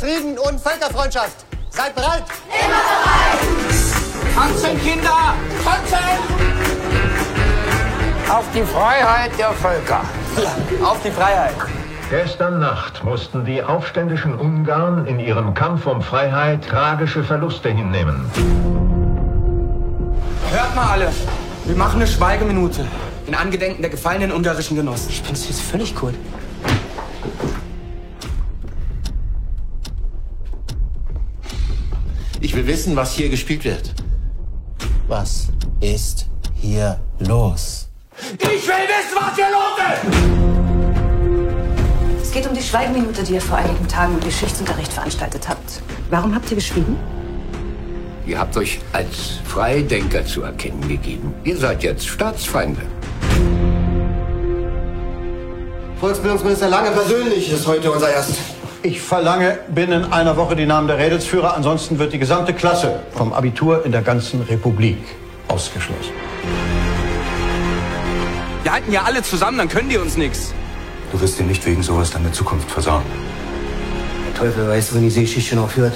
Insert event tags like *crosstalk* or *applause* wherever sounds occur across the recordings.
Frieden und Völkerfreundschaft. Seid bereit! Tanzen, Kinder! Tanzen! Auf die Freiheit der Völker! *laughs* Auf die Freiheit. Gestern Nacht mussten die aufständischen Ungarn in ihrem Kampf um Freiheit tragische Verluste hinnehmen. Hört mal alle. Wir machen eine Schweigeminute. In Angedenken der gefallenen ungarischen Genossen. Ich bin jetzt völlig cool. Ich will wissen, was hier gespielt wird. Was ist hier los? Ich will wissen, was hier los ist! Es geht um die Schweigeminute, die ihr vor einigen Tagen im Geschichtsunterricht veranstaltet habt. Warum habt ihr geschwiegen? Ihr habt euch als Freidenker zu erkennen gegeben. Ihr seid jetzt Staatsfeinde. Volksbildungsminister Lange persönlich ist heute unser Erst. Ich verlange binnen einer Woche die Namen der Rädelsführer, ansonsten wird die gesamte Klasse vom Abitur in der ganzen Republik ausgeschlossen. Wir halten ja alle zusammen, dann können die uns nichts. Du wirst dir nicht wegen sowas deine Zukunft versauen. Der Teufel weiß, wenn die Seeschicht noch aufhört.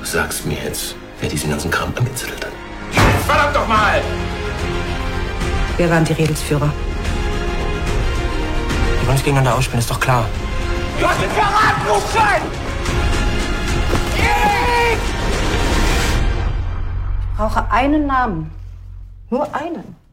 Du sagst mir jetzt, wer diesen ganzen Kram angezettelt hat. Verdammt doch mal! Wer waren die Redelsführer? Die wollen uns gegeneinander ausspielen, ist doch klar. Du hast mich verraten, du Schein! Ich brauche einen Namen. Nur einen.